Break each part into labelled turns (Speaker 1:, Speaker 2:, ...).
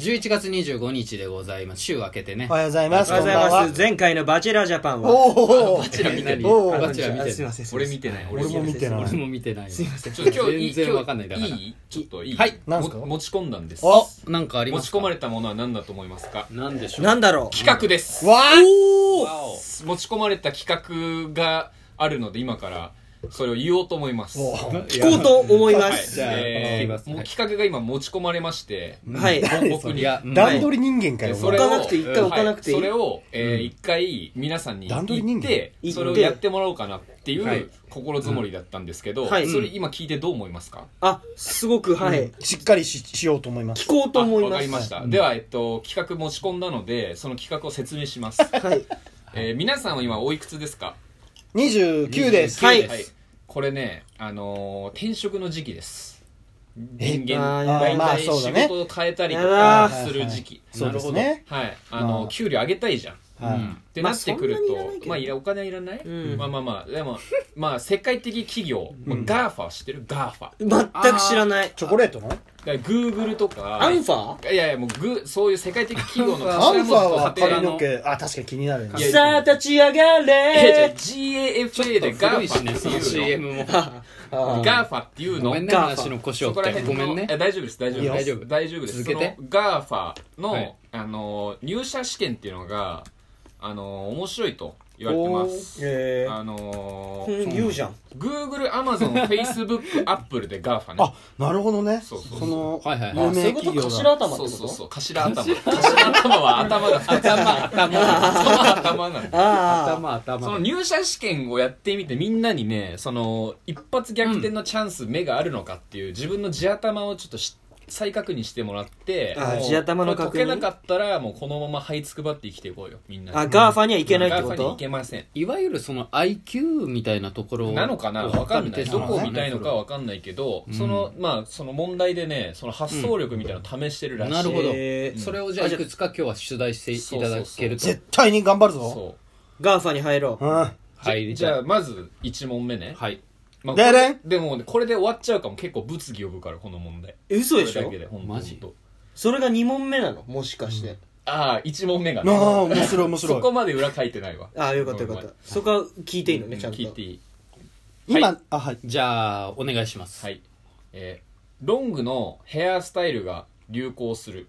Speaker 1: 11月25日でございます。週明けてね。
Speaker 2: おはようございます。
Speaker 3: おはようござい
Speaker 2: こ
Speaker 3: ま
Speaker 2: ん
Speaker 3: す。前回のバチェラージャパン
Speaker 2: ばんは
Speaker 3: は。
Speaker 2: おお。
Speaker 1: バチェラ見てる。
Speaker 2: おー
Speaker 1: バチェラ見て
Speaker 3: すい
Speaker 1: る
Speaker 3: ま。せん。すいません
Speaker 4: 俺見てない
Speaker 2: 俺も見てない
Speaker 1: 俺も見てないわ。
Speaker 2: すいません
Speaker 4: ちょっと今日
Speaker 1: 全然わかんないだから
Speaker 4: いいちょっといい
Speaker 1: はい
Speaker 2: なんすか
Speaker 4: も持ち込んだんです
Speaker 1: おなんかありま
Speaker 4: 持
Speaker 1: す
Speaker 4: ち
Speaker 1: か
Speaker 4: 込まれたものは何だと思いますか
Speaker 1: なんでしょう
Speaker 3: なんだろ
Speaker 4: 企画です
Speaker 2: わお
Speaker 1: わお
Speaker 4: 持ち込まれた企画があるので今からそれを言おうと思います
Speaker 2: お
Speaker 4: は
Speaker 3: う聞こうと思いま
Speaker 4: い
Speaker 3: す。
Speaker 1: じゃあ
Speaker 4: え
Speaker 1: 聞きます
Speaker 4: ーもう企画が今持ち込まれまして
Speaker 3: はい。
Speaker 4: 僕に
Speaker 1: いや、うん
Speaker 2: 段取り人間か
Speaker 4: で
Speaker 2: よ。
Speaker 4: それを
Speaker 3: 置かなくていい一回置かなくていい
Speaker 4: はそれをえー一回皆さんに
Speaker 2: 段取り人
Speaker 4: 言っ
Speaker 2: 間
Speaker 4: て
Speaker 3: 言って
Speaker 4: それをやってもらおうかなってい
Speaker 1: はいう
Speaker 4: 心づもりだったんですけど
Speaker 3: うん
Speaker 4: そ
Speaker 3: はい
Speaker 4: れ今聞いてどう思いますか
Speaker 3: あ、すごく、はい。
Speaker 2: しっかりししようと思います
Speaker 3: 聞。こうと思い
Speaker 4: あわ
Speaker 3: ま。
Speaker 4: かりますした。では、えっと、企画持ち込んだので、その企画を説明します。
Speaker 3: はい。
Speaker 4: えー皆さんは今おいくつですか
Speaker 2: 29です。
Speaker 3: はい
Speaker 4: はい。これね、あのー転職の時期です。
Speaker 2: え
Speaker 4: 人
Speaker 3: あ
Speaker 4: 間、
Speaker 3: ー
Speaker 4: 大
Speaker 2: まあ
Speaker 4: 体
Speaker 2: そうだ
Speaker 4: 仕
Speaker 2: ね
Speaker 4: 事を変えたりと
Speaker 3: やだ
Speaker 4: か
Speaker 2: ー
Speaker 4: する時期。
Speaker 2: そうですね。
Speaker 4: はい。あのー
Speaker 2: まあ
Speaker 4: 給料上げたいじゃん。
Speaker 2: はい
Speaker 1: うん
Speaker 4: ってなってくると
Speaker 3: まあそんなにいらないけ、ど
Speaker 4: まあ、いらお金はいらない、
Speaker 3: うん
Speaker 4: まあまあまあ、でも、まあ、世界的企業、まあ
Speaker 2: うん
Speaker 4: ガーファ知ってるガーファ。
Speaker 3: 全く知らない。
Speaker 2: チョコレートの
Speaker 4: だグーグルとか、
Speaker 3: アンファ
Speaker 4: いやいや、もうグー、そういう世界的企業の
Speaker 2: ア
Speaker 4: 頭
Speaker 2: ンフ
Speaker 4: 文字
Speaker 2: ァ
Speaker 4: と
Speaker 2: は
Speaker 4: 縦
Speaker 2: 髪
Speaker 4: の
Speaker 2: の毛、あ、確かに気になる
Speaker 4: いや
Speaker 2: ね。
Speaker 3: さあ、立ち上が
Speaker 4: いや
Speaker 3: れ
Speaker 4: じゃあ GAFA でガーファって
Speaker 1: ね、その
Speaker 4: いうの
Speaker 1: CM も。
Speaker 3: あー
Speaker 4: ガーファっていうの
Speaker 1: ごめんね、話の腰
Speaker 4: そ
Speaker 1: を
Speaker 4: こ
Speaker 1: っ
Speaker 4: ら
Speaker 1: て。
Speaker 4: 辺の
Speaker 1: ごめんね
Speaker 4: え。大丈夫です大丈夫です
Speaker 1: いや
Speaker 4: 大丈夫です
Speaker 1: 続けて
Speaker 4: そのガーファの、
Speaker 1: はい
Speaker 4: あの入社試験っていうのがあの面白いと言われてます
Speaker 3: えー
Speaker 4: あの
Speaker 3: こん言うじゃん。
Speaker 4: Google、Amazon、Facebook、Apple で GAFA ね
Speaker 2: あ、なるほどね。
Speaker 4: そうそう
Speaker 2: その、
Speaker 1: はいはい
Speaker 3: あ
Speaker 1: は
Speaker 2: 有
Speaker 1: い。
Speaker 3: そうい
Speaker 2: 名
Speaker 3: うこと
Speaker 2: 企業
Speaker 3: 頭
Speaker 2: だ。
Speaker 3: 頭って
Speaker 4: そ
Speaker 3: こと
Speaker 4: うそうそう頭頭頭頭は頭が頭頭頭頭なの
Speaker 3: あ
Speaker 1: 頭
Speaker 4: そ
Speaker 1: 頭
Speaker 4: の。入社試験をやってみてみんなにねその一発逆転のチャンス、目があるのかっていう自分の地頭をちょっとし再確認してもらって
Speaker 3: あー
Speaker 4: もう
Speaker 3: 地頭の確認
Speaker 4: これ解けなかったらもうこのまま這いつくばって生きていこうよみんな
Speaker 3: あ。あ、ガーファにはいけないってこ
Speaker 4: ガーファにい
Speaker 3: と
Speaker 4: けません
Speaker 1: いわゆるその IQ みたいなところ
Speaker 4: なのかな
Speaker 1: を
Speaker 4: わか
Speaker 1: 測る
Speaker 4: んない
Speaker 1: テス
Speaker 4: ど
Speaker 1: ト
Speaker 4: こを見たいのかはわかんないけど、そのまあその問題でねその発想力みたいなの試してるらしい、
Speaker 1: なるほど
Speaker 3: えー
Speaker 1: それをじゃあいくつか今日は出題していただけると
Speaker 2: 絶対に頑張るぞ。
Speaker 4: そ
Speaker 3: ガーファに入ろう。
Speaker 2: うん。
Speaker 1: 入
Speaker 4: う
Speaker 1: り
Speaker 4: じ
Speaker 1: たい
Speaker 4: ゃあまず1問目ね、
Speaker 1: はい
Speaker 4: まあ
Speaker 2: でれん
Speaker 4: でもねこれで終わっちゃうかも結構物議呼ぶからこの問題
Speaker 3: え嘘でし
Speaker 4: これだ
Speaker 3: ょ
Speaker 4: けでほんと
Speaker 1: マジ
Speaker 4: ほんと
Speaker 3: それが2問目なのもしかして。
Speaker 4: ああ1問目が
Speaker 2: な
Speaker 4: ね
Speaker 2: あ、面白い面
Speaker 4: そ
Speaker 2: 白
Speaker 4: こ
Speaker 2: い。
Speaker 4: まで裏書いてないわ
Speaker 3: ああ、よかったよかった。そこは聞いていいのね、ちゃんと。
Speaker 4: 聞いていい
Speaker 2: 今、あ、はい。
Speaker 1: じゃあお願いします
Speaker 4: はいえーロングのヘアスタイルが流行する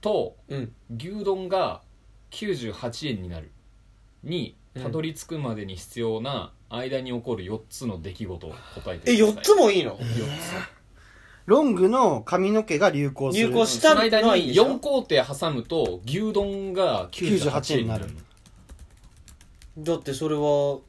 Speaker 4: と
Speaker 3: うん。
Speaker 4: 牛丼が98円になるにたどり着くまでに必要な間に起こる4つの出来事を答えて
Speaker 3: え、4つもいいの
Speaker 2: ロングの髪の毛が流 行する。
Speaker 3: 流行し
Speaker 4: その間
Speaker 3: 下のはいいん
Speaker 4: に
Speaker 3: でしょ
Speaker 4: 4工程挟むと牛丼が98円になる
Speaker 2: 98円にな
Speaker 3: だってそれは、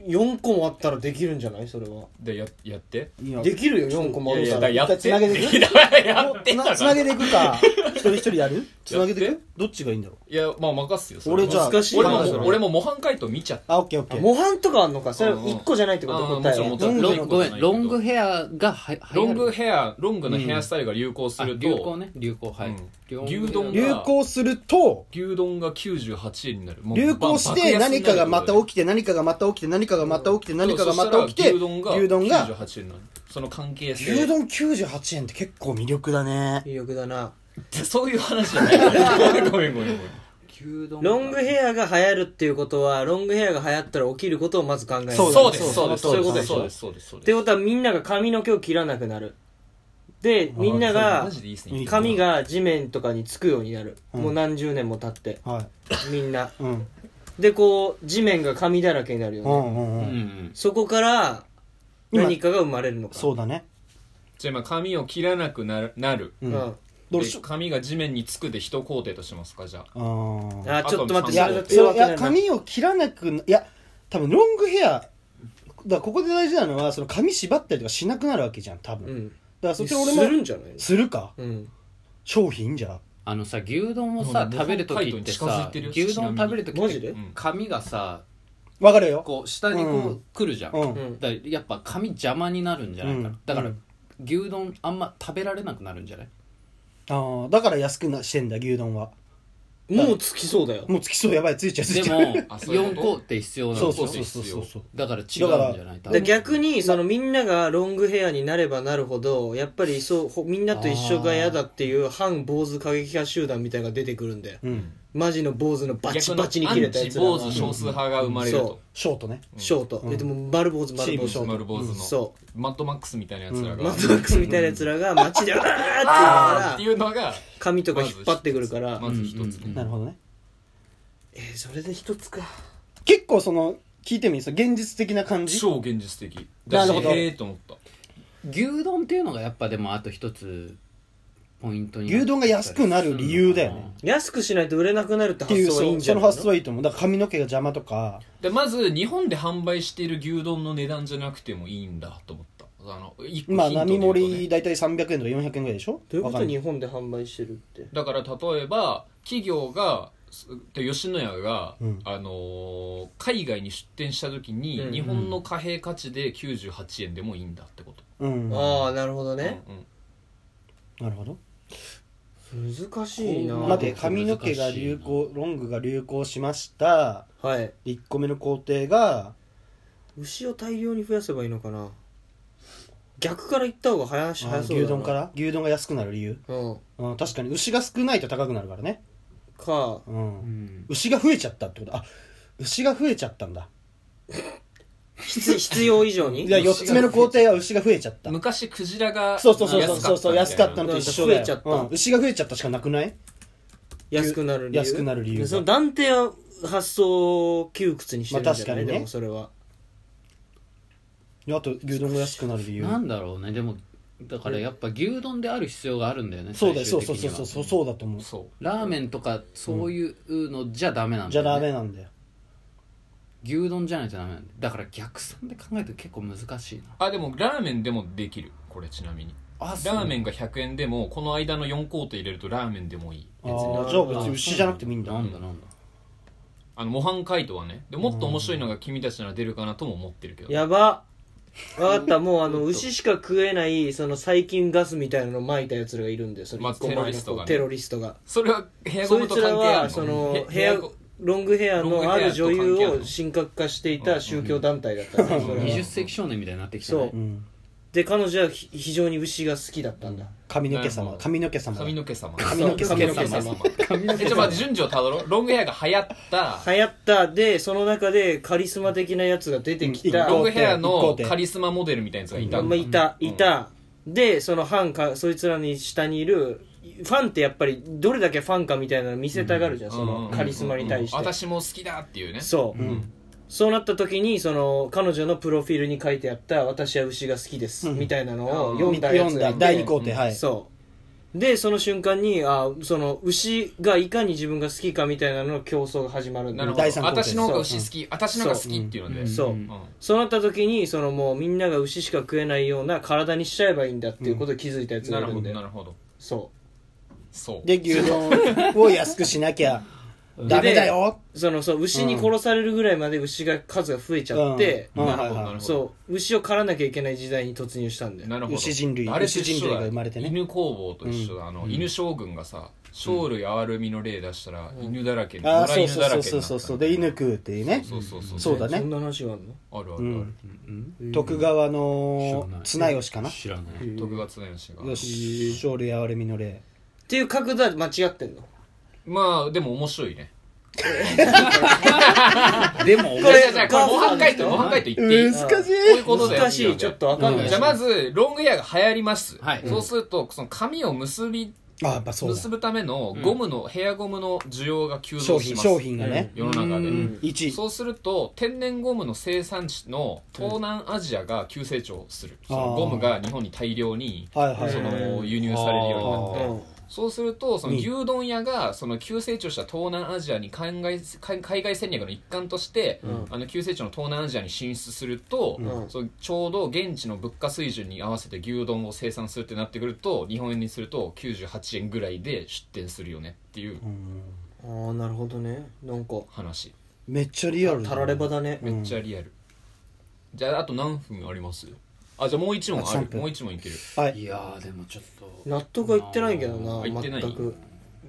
Speaker 3: 4個もあったらできるんじゃないそれは。
Speaker 4: でややって
Speaker 2: いや
Speaker 3: できるよ、4個
Speaker 4: い
Speaker 3: もあ
Speaker 4: やい
Speaker 3: っ
Speaker 4: や
Speaker 3: た
Speaker 4: だから
Speaker 3: ら。
Speaker 4: やって
Speaker 2: つなげてい く
Speaker 4: やって
Speaker 2: つ
Speaker 4: た
Speaker 2: な
Speaker 4: から
Speaker 2: つなげていくか一人一人やるつなげてい
Speaker 4: やっ
Speaker 2: くどっちがいいんだろう
Speaker 4: いや、まあ任すよ。それ
Speaker 2: 俺
Speaker 4: は
Speaker 2: じゃあ
Speaker 3: 難しい
Speaker 4: 俺
Speaker 3: な
Speaker 2: 考え
Speaker 4: も
Speaker 2: た、ら
Speaker 4: 俺も模範解答見ちゃった。
Speaker 2: あオッケーオッケー
Speaker 3: 模範とかあんのかそれは1個じゃないってこ
Speaker 4: うんう
Speaker 3: と
Speaker 4: ん
Speaker 3: 答え
Speaker 4: も
Speaker 3: は
Speaker 4: ちろんもち
Speaker 1: ロングごめんロングヘアがは流
Speaker 4: ロ
Speaker 1: 行
Speaker 4: ン
Speaker 1: る
Speaker 4: グヘア、ロングのヘアスタイルが流行す
Speaker 1: あ
Speaker 4: る
Speaker 1: 流行
Speaker 4: と、
Speaker 1: ね流行はい、
Speaker 4: うん
Speaker 1: ロング
Speaker 4: 牛丼
Speaker 1: ヘア
Speaker 2: 流行すると
Speaker 4: 牛丼が98円になる。もう
Speaker 2: 流行して
Speaker 4: まあ爆安
Speaker 2: 何
Speaker 4: にな
Speaker 2: か
Speaker 4: る
Speaker 2: がまた起きて何かがまた起きて何かがまた起きて何かがまた起きて
Speaker 4: そうそした
Speaker 2: 牛
Speaker 4: ら牛
Speaker 2: 丼
Speaker 4: 丼が
Speaker 2: が
Speaker 4: 98円になる。その関係性。
Speaker 2: 牛丼98円って結構魅力だね
Speaker 3: 魅力だな。
Speaker 4: そういう話じゃない。ごめんごめんごめん。
Speaker 1: 牛丼
Speaker 3: ロングヘアが流行るっていうことは、ロングヘアが流行ったら起きることをまず考える。
Speaker 2: そうだ
Speaker 4: そうです、そうです、
Speaker 2: そう
Speaker 4: そう
Speaker 2: い
Speaker 4: いうう
Speaker 2: こ
Speaker 4: ことと
Speaker 2: で
Speaker 4: ですす、そうです、そうです。そう
Speaker 3: っ
Speaker 4: で
Speaker 3: てことはみんなが髪の毛を切らなくなる。で、みんな
Speaker 4: す
Speaker 3: が
Speaker 4: マ、ジでいいっすね。
Speaker 3: 髪が地面とかにつくようになる。
Speaker 2: うん
Speaker 3: もう何十年も経って、
Speaker 2: は
Speaker 3: みんな。
Speaker 2: いうん
Speaker 3: で、こう、地面が髪だらけになるよ
Speaker 2: う
Speaker 3: ね。
Speaker 2: んうん
Speaker 1: う
Speaker 2: うん
Speaker 1: ん
Speaker 3: そこから、
Speaker 2: 今
Speaker 3: 何かが生まれるのか。
Speaker 2: そうだね
Speaker 4: じゃあ今、髪を切らなくなる。なる
Speaker 2: う
Speaker 3: うんん。
Speaker 2: どう
Speaker 3: あ
Speaker 4: で
Speaker 2: しよ
Speaker 4: 髪が地面につくで一工程としますか、じゃあ。
Speaker 2: うあ
Speaker 3: ー、ちょっと待
Speaker 2: ー
Speaker 3: って、
Speaker 2: い
Speaker 3: そ
Speaker 2: や
Speaker 3: れが
Speaker 2: いや
Speaker 3: 強
Speaker 2: い
Speaker 3: くな
Speaker 2: や
Speaker 3: るな。
Speaker 2: 髪を切らなくないや多分ロングヘアだからここで大事なのはその髪縛ったりとかしなくなるわけじゃん多分
Speaker 3: う
Speaker 2: だか
Speaker 3: ん。
Speaker 2: らそっち
Speaker 3: す
Speaker 2: 俺も
Speaker 3: るんじゃないの
Speaker 2: するか
Speaker 3: うん。
Speaker 2: 商品じゃあ
Speaker 1: あのさ牛丼をさ
Speaker 4: でも
Speaker 1: 食べる時ってさ
Speaker 4: 北海道に近づいてるよ
Speaker 1: 牛丼食べる時
Speaker 3: マ
Speaker 1: っ
Speaker 3: ジ
Speaker 1: て
Speaker 3: で
Speaker 4: うん
Speaker 1: 髪がさ
Speaker 2: わかるよ
Speaker 1: こう下にこ
Speaker 2: う
Speaker 1: うん来るじゃん、
Speaker 2: う
Speaker 3: うんん。
Speaker 1: だからやっぱ髪邪魔になるんじゃないかな、
Speaker 2: うん
Speaker 1: だから、
Speaker 2: うん
Speaker 1: 牛丼 あんま食べられなくなるんじゃない
Speaker 2: ああだから安くなしてんだ牛丼は
Speaker 3: もうつきそうだよ
Speaker 2: もうつきそうやばいついちゃうつ
Speaker 1: で
Speaker 2: いちゃう
Speaker 1: も
Speaker 4: あそういう
Speaker 1: 4
Speaker 4: こと
Speaker 1: 個って必要なん
Speaker 2: そう
Speaker 1: です
Speaker 2: そう
Speaker 1: よ
Speaker 2: そうそうそうそう
Speaker 1: だから違うんじゃない多
Speaker 3: で
Speaker 1: 分
Speaker 3: 逆にそのみんながロングヘアになればなるほどやっぱりそうほみんなと一緒が嫌だっていう反坊主過激派集団みたいなのが出てくるんだよ
Speaker 2: うん
Speaker 3: マジの坊主のバチバチに切れたやつら
Speaker 4: アンチ坊主少数派が生まれると
Speaker 3: そ
Speaker 2: ショートね
Speaker 3: ショート、えでも丸坊主丸坊
Speaker 2: チームショ
Speaker 3: 主
Speaker 2: ート
Speaker 4: 丸坊主の、
Speaker 3: そ
Speaker 4: マッドマックスみたいなやつら
Speaker 3: うマ
Speaker 4: が、
Speaker 3: ッドマックスみたいなやつらが街で「うわ!」って言うか
Speaker 4: あーっ
Speaker 3: ら
Speaker 4: ていうのが
Speaker 3: 髪とか引っ張ってくるから、
Speaker 4: まず一つ
Speaker 1: うん
Speaker 4: ね
Speaker 2: なるほどね
Speaker 3: えーそれで一つか
Speaker 2: 結構その聞いてみるその現実的な感じ
Speaker 4: 超現実的だ
Speaker 2: な
Speaker 4: し
Speaker 2: るほど
Speaker 4: ええと思った
Speaker 1: 牛丼っていうのがやっぱでもあと一つポイントに
Speaker 2: 牛丼が安くなる理由だよね
Speaker 3: 安くしないと売れなくなるって
Speaker 2: って
Speaker 3: 発
Speaker 2: いう
Speaker 3: 想はいい
Speaker 2: そ
Speaker 3: ん
Speaker 2: う
Speaker 3: じゃ
Speaker 2: その
Speaker 3: ないの
Speaker 2: 発想はいいと思うだから髪の毛が邪魔とか
Speaker 4: でまず日本で販売している牛丼の値段じゃなくてもいいんだと思ったあの一個ヒントで言うとね
Speaker 2: まあ並盛り大体300円とか400円ぐらいでしょ
Speaker 3: どういうこ
Speaker 2: わ
Speaker 3: と
Speaker 2: かんな
Speaker 3: 日本で販売してるって
Speaker 4: だから例えば企業がすで吉野家が、
Speaker 2: うん
Speaker 4: あのー海外に出店した時に、
Speaker 3: うん
Speaker 4: 日本の貨幣価値で98円でもいいんだってこと、
Speaker 2: うんな
Speaker 3: ああなるほどね
Speaker 4: うん
Speaker 2: るほど
Speaker 3: 難しいな
Speaker 1: まあ
Speaker 2: 待って髪の毛が流行ロングが流行しました
Speaker 3: はい
Speaker 2: 1個目の工程が
Speaker 3: 牛を大量に増やせばいいのかな逆から行った方が早し
Speaker 2: あ
Speaker 3: 早
Speaker 2: ー
Speaker 3: そう
Speaker 2: 牛
Speaker 3: だな
Speaker 2: 丼から牛丼が安くなる理由
Speaker 3: うん
Speaker 2: うん確かに牛が少ないと高くなるからね
Speaker 3: か
Speaker 2: うん
Speaker 1: うん
Speaker 2: 牛が増えちゃったってことあ牛が増えちゃったんだ
Speaker 3: 必必要以 上に
Speaker 2: じゃあ4つ目の工程は牛が増えちゃった
Speaker 4: 昔クジラが
Speaker 2: そうそうそうそうそうそう安
Speaker 4: 安
Speaker 2: か
Speaker 4: か
Speaker 2: っ
Speaker 4: ったた
Speaker 2: の
Speaker 4: み
Speaker 2: と一緒だよ
Speaker 3: 増えちゃった
Speaker 2: うん牛が増えちゃったしかなくない
Speaker 3: 安くなる理由
Speaker 2: 安くなる理由が
Speaker 3: その断定は発想を窮屈にしてるんじゃない、
Speaker 2: まあ確かにね
Speaker 3: でもそれは
Speaker 2: あと牛丼が安くなる理由
Speaker 1: なんだろうねでもだからやっぱ牛丼である必要があるんだよね
Speaker 2: そうだよそう
Speaker 1: 最
Speaker 2: そ
Speaker 1: 終
Speaker 2: う
Speaker 1: 的には
Speaker 2: そうそうそうそうだと思
Speaker 4: たいうなそう
Speaker 1: ラーメンとかそういうのじゃダメなん
Speaker 2: じ
Speaker 1: だ
Speaker 2: ゃ
Speaker 1: よ、ね
Speaker 2: ダメなんだよ
Speaker 1: 牛丼じゃないとダメなんだよだから逆算で考えると結構難しいな
Speaker 4: あでもラーメンでもできるこれちなみに
Speaker 1: あ
Speaker 4: ラーメ
Speaker 1: ン
Speaker 4: ンが100円でもこの間の4工程入れるとラーメンでもいい
Speaker 2: あ
Speaker 4: 別に
Speaker 2: ーじゃあ別に牛じゃなくてもいいんだ
Speaker 1: なんだなんだ
Speaker 4: あの模範解答はねでもっと面白いのが君たちなら出るかなとも思ってるけど
Speaker 3: やばわかったもう あの牛しか食えないその細菌ガスみたいなの撒いたやつらがいるんでそれ
Speaker 4: まあ
Speaker 3: 一個前の
Speaker 4: テロリストがね
Speaker 3: テロリストが
Speaker 4: それはヘアゴ
Speaker 3: そ
Speaker 4: ム
Speaker 3: い
Speaker 4: と
Speaker 3: つ
Speaker 4: 関
Speaker 3: ら
Speaker 4: 係ある
Speaker 3: は
Speaker 4: の
Speaker 3: そのヘ
Speaker 4: ヘヘ
Speaker 3: ア
Speaker 4: アゴ
Speaker 3: ロングヘア
Speaker 4: ロングヘ
Speaker 3: の
Speaker 4: ア
Speaker 3: ある女優
Speaker 4: と関係ある
Speaker 3: を
Speaker 4: の
Speaker 3: 神格化していた宗教団体だったんだよそれ
Speaker 1: 20
Speaker 3: は
Speaker 1: 世紀少年みたいになってきてね
Speaker 3: そう
Speaker 2: うん
Speaker 3: で彼女はひ非常に牛が好きだったんだ
Speaker 2: 髪の毛様髪の毛様
Speaker 4: 髪の毛様
Speaker 2: 髪の毛様
Speaker 3: 髪の毛様
Speaker 1: 髪の
Speaker 4: えちょっと待って順序をたどろうロングヘアが流行った
Speaker 3: 流行ったでその中でカリスマ的なやつが出てきた
Speaker 2: うん
Speaker 4: ロン
Speaker 2: 一
Speaker 4: グヘア
Speaker 2: 行
Speaker 4: の
Speaker 2: って
Speaker 4: カリスマモデルみたいなやつがいた
Speaker 3: あん
Speaker 4: ん
Speaker 3: ま
Speaker 4: だ
Speaker 3: いたいたでそのファンかそいつらに下にいるファンってやっぱりどれだけファンかみたいなの見せたがるじゃんそのカリスマに対して
Speaker 4: 私も好きだっていうね
Speaker 3: そう、そうなった時にその彼女のプロフィールに書いてあった「私は牛が好きです」みたいなのを読んだや
Speaker 2: 読
Speaker 3: つ
Speaker 2: んだ
Speaker 3: がいて
Speaker 2: 第二工程はい
Speaker 3: そうでその瞬間にあその牛がいかに自分が好きかみたいなのの競争が始まるんだ
Speaker 4: なるほど
Speaker 2: 第三工程
Speaker 4: 私の方が牛好き私の方が好きっていうので
Speaker 3: そう、
Speaker 4: うん
Speaker 3: そうなった時にそのもうみんなが牛しか食えないような体にしちゃえばいいんだっていうことを気づいたやつが
Speaker 4: ないる
Speaker 3: る
Speaker 4: ほ
Speaker 3: ん
Speaker 4: ど
Speaker 3: で、
Speaker 4: なるほど
Speaker 3: そ
Speaker 4: そう
Speaker 2: で牛丼を安くしなきゃダメだよ
Speaker 3: うそのそう牛に殺されるぐらいまで牛が数が増えちゃって、
Speaker 2: うん
Speaker 4: なるほどなるほど
Speaker 3: そう牛を狩らなきゃいけない時代に突入したんだよ
Speaker 4: なるほど
Speaker 2: 牛人類
Speaker 4: あれと一緒だ
Speaker 2: 牛人類が生まれてね
Speaker 4: 犬工房と一緒だあの犬将軍がさ生類憐るみの例出したら犬だらけに
Speaker 2: ああそ
Speaker 4: 野良
Speaker 2: う
Speaker 4: 犬
Speaker 2: そう
Speaker 4: だらけ
Speaker 2: そうそ
Speaker 4: になった
Speaker 2: うそうそうで犬食うっていうね
Speaker 4: そうそうそう
Speaker 2: そうだね
Speaker 3: そんな話があるの
Speaker 4: あるあるあ
Speaker 2: う
Speaker 4: る、
Speaker 2: ん
Speaker 1: うん
Speaker 2: 徳川
Speaker 1: 知
Speaker 2: の
Speaker 1: らない
Speaker 2: 綱吉かな
Speaker 1: 知らない
Speaker 4: 徳川綱吉が
Speaker 2: よし勝利哀れみの霊
Speaker 3: っていう角度は間違ってんの
Speaker 4: まあでも面白 いね
Speaker 1: でも
Speaker 4: じゃあじゃあじゃあ
Speaker 3: お母さん
Speaker 4: これ模範解答模範解答言っていいこ
Speaker 2: 難しいう
Speaker 4: いうことだよ
Speaker 3: 難しいちょっとわかんない、
Speaker 4: じゃあまずロングヘアが流行ります、
Speaker 1: はい
Speaker 4: そうするとその髪を結び
Speaker 2: あやっぱそうだ
Speaker 4: 結ぶためのゴムの、ヘアゴムの需要が急
Speaker 2: 商
Speaker 4: 増し
Speaker 2: 品
Speaker 4: ます
Speaker 2: 商品がね
Speaker 4: 世の中で、
Speaker 1: うん
Speaker 2: 1
Speaker 4: そうすると天然ゴムの生産地の東南アジアが急成長する、そのゴムが日本に大量に
Speaker 2: はいはい
Speaker 4: そ
Speaker 2: はい
Speaker 4: の輸入されるように
Speaker 1: あー
Speaker 3: う
Speaker 4: なって
Speaker 3: ん
Speaker 4: そうするとその
Speaker 2: うん
Speaker 4: 牛丼屋がその急成長した東南アジアに海外海海外戦略の一環として、
Speaker 3: ん
Speaker 4: あの急成長の東南アジアに進出すると、
Speaker 3: うん
Speaker 4: そうちょうど現地の物価水準に合わせて牛丼を生産するってなってくると日本円にすると98円ぐらいで出店するよねっていう
Speaker 2: うん
Speaker 3: ああなるほどねなんか
Speaker 4: 話、
Speaker 2: めっちゃリアルだ
Speaker 3: たらればだね、
Speaker 4: めっちゃリアルじゃああと何分ありますあじゃあもう一問
Speaker 2: あ
Speaker 4: あ
Speaker 2: 三
Speaker 4: る
Speaker 2: 分
Speaker 4: もう一問いける
Speaker 2: はい
Speaker 1: いやーでもちょっと
Speaker 3: 納得はいってないけどな
Speaker 4: あいってない
Speaker 3: 全く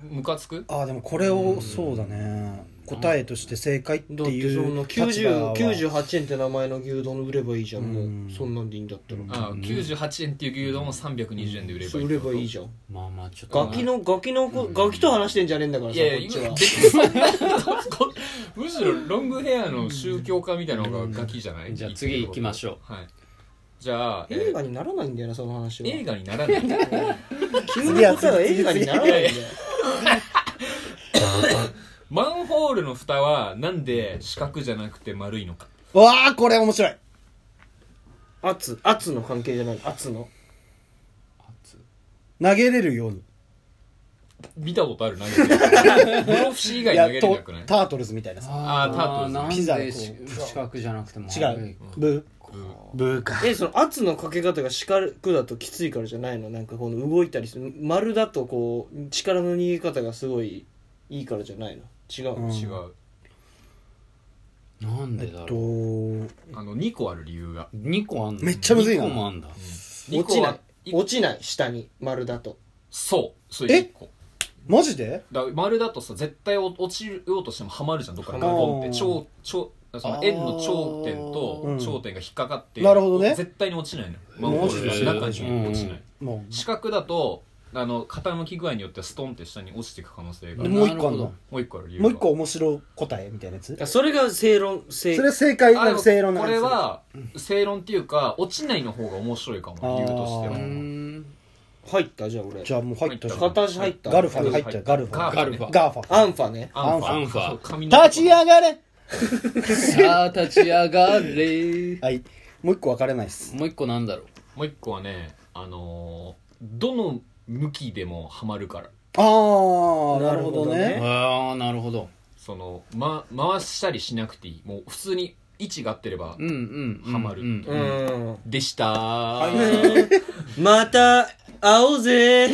Speaker 4: ムカつく
Speaker 2: ああでもこれをそうだね答えとして正解って
Speaker 3: だって
Speaker 2: い
Speaker 3: そうの
Speaker 2: 立場は
Speaker 3: 90 98円って名前の牛丼売ればいいじゃん
Speaker 2: うん
Speaker 3: もうそんなんでいいんだったら
Speaker 4: ああ98円っていう牛丼を320円で売れば
Speaker 3: そう
Speaker 4: いい
Speaker 3: 売ればいいじゃん
Speaker 1: まあまあちょっと
Speaker 3: ガキのガキのこガキと話してんじゃねえんだから
Speaker 4: い
Speaker 3: さ
Speaker 4: やい
Speaker 3: こっち
Speaker 4: や今
Speaker 3: は
Speaker 4: 別にそんなこ むしろロングヘアの宗教家みたいなのがガキじゃない
Speaker 1: じゃあ次行きましょ
Speaker 4: うはいじゃあえ
Speaker 3: 映
Speaker 4: ー
Speaker 3: 画にならないんだよなその話は
Speaker 4: 映画にならない
Speaker 3: 急に答えは映画にならないんだよ
Speaker 4: マンホールの蓋はなんで四角じゃなくて丸いのか
Speaker 2: わあこれ面白い
Speaker 3: 圧圧の関係じゃない圧の
Speaker 2: 投げれるように
Speaker 4: 見たこと ある投げてる室伏以
Speaker 2: い
Speaker 4: 外投げれなくない
Speaker 2: タートルズみたいなさ
Speaker 4: あータートルズ
Speaker 1: なん
Speaker 2: ピザ
Speaker 1: で
Speaker 2: こう
Speaker 1: 四角じゃなくても
Speaker 2: 違うブーブーか
Speaker 3: えその圧のかけ方が四角だときついからじゃないのなんかこの動いたりする丸だとこう力の逃げ方がすごいいいからじゃないの違う
Speaker 2: う
Speaker 3: の、
Speaker 2: ん
Speaker 4: 違う
Speaker 1: なん
Speaker 2: え
Speaker 1: で
Speaker 2: っ
Speaker 1: だ
Speaker 2: と
Speaker 1: ろう
Speaker 4: あの2個ある理由が
Speaker 1: 2個あんの
Speaker 2: めっちゃむずいな
Speaker 1: 2個もあんだ
Speaker 4: 二
Speaker 3: 落
Speaker 4: 個
Speaker 3: ちな
Speaker 4: はい
Speaker 3: 落ちない下に丸だと
Speaker 4: そうそれ
Speaker 2: え
Speaker 4: 1個
Speaker 2: マジで
Speaker 4: だから丸だとさ絶対お落ちようとしてもはまるじゃんどっかに
Speaker 3: はまる
Speaker 4: ポンって頂頂その円の頂点
Speaker 2: あーう
Speaker 4: と
Speaker 2: ん
Speaker 4: 頂点が引っかかって、
Speaker 2: なるほどね
Speaker 4: 絶対に落ちないのよマンホールの中に落ちない、
Speaker 2: も
Speaker 4: 四角だとあの傾き具合によってはストンって下に落ちていく可能性があ
Speaker 2: う
Speaker 4: る
Speaker 2: もう一個あん
Speaker 1: なるほど
Speaker 2: の
Speaker 4: もう一個ある理由
Speaker 2: も
Speaker 4: が
Speaker 2: う一個面白答えみたいなやつ
Speaker 3: あそれが正論正
Speaker 2: それ正解
Speaker 4: あ
Speaker 2: なんか正論な
Speaker 4: こ
Speaker 2: ん
Speaker 4: れは正論っていうか落ちないの方が面白いかも理由として
Speaker 2: あ
Speaker 1: う
Speaker 4: は
Speaker 1: ーん
Speaker 3: 入ったじゃあ俺
Speaker 2: じゃあもう入ったじゃん
Speaker 3: 片足入った
Speaker 2: ガルファに入ったよガルファ
Speaker 4: ガルファ
Speaker 2: ガーファ
Speaker 3: アンファね
Speaker 4: アンファ
Speaker 1: アンファ
Speaker 4: そう髪の毛
Speaker 2: 立ち上がれ
Speaker 1: さあ立ち上がれ
Speaker 2: はいもう一個分かれないっす
Speaker 1: もう一個なんだろう
Speaker 4: もう一個はねあのーどの向きでもはまるから
Speaker 2: ああな
Speaker 3: な
Speaker 2: る
Speaker 3: る
Speaker 2: ほ
Speaker 3: ほ
Speaker 2: ど
Speaker 3: ど
Speaker 2: ね
Speaker 3: ね
Speaker 1: ああなるほど
Speaker 4: その、ま、回したりしなくていいもう普通に位置が合ってれば、
Speaker 1: うんうんうん
Speaker 4: ハマる
Speaker 1: うん
Speaker 3: う ーん
Speaker 4: でしたー、
Speaker 3: また会おうぜ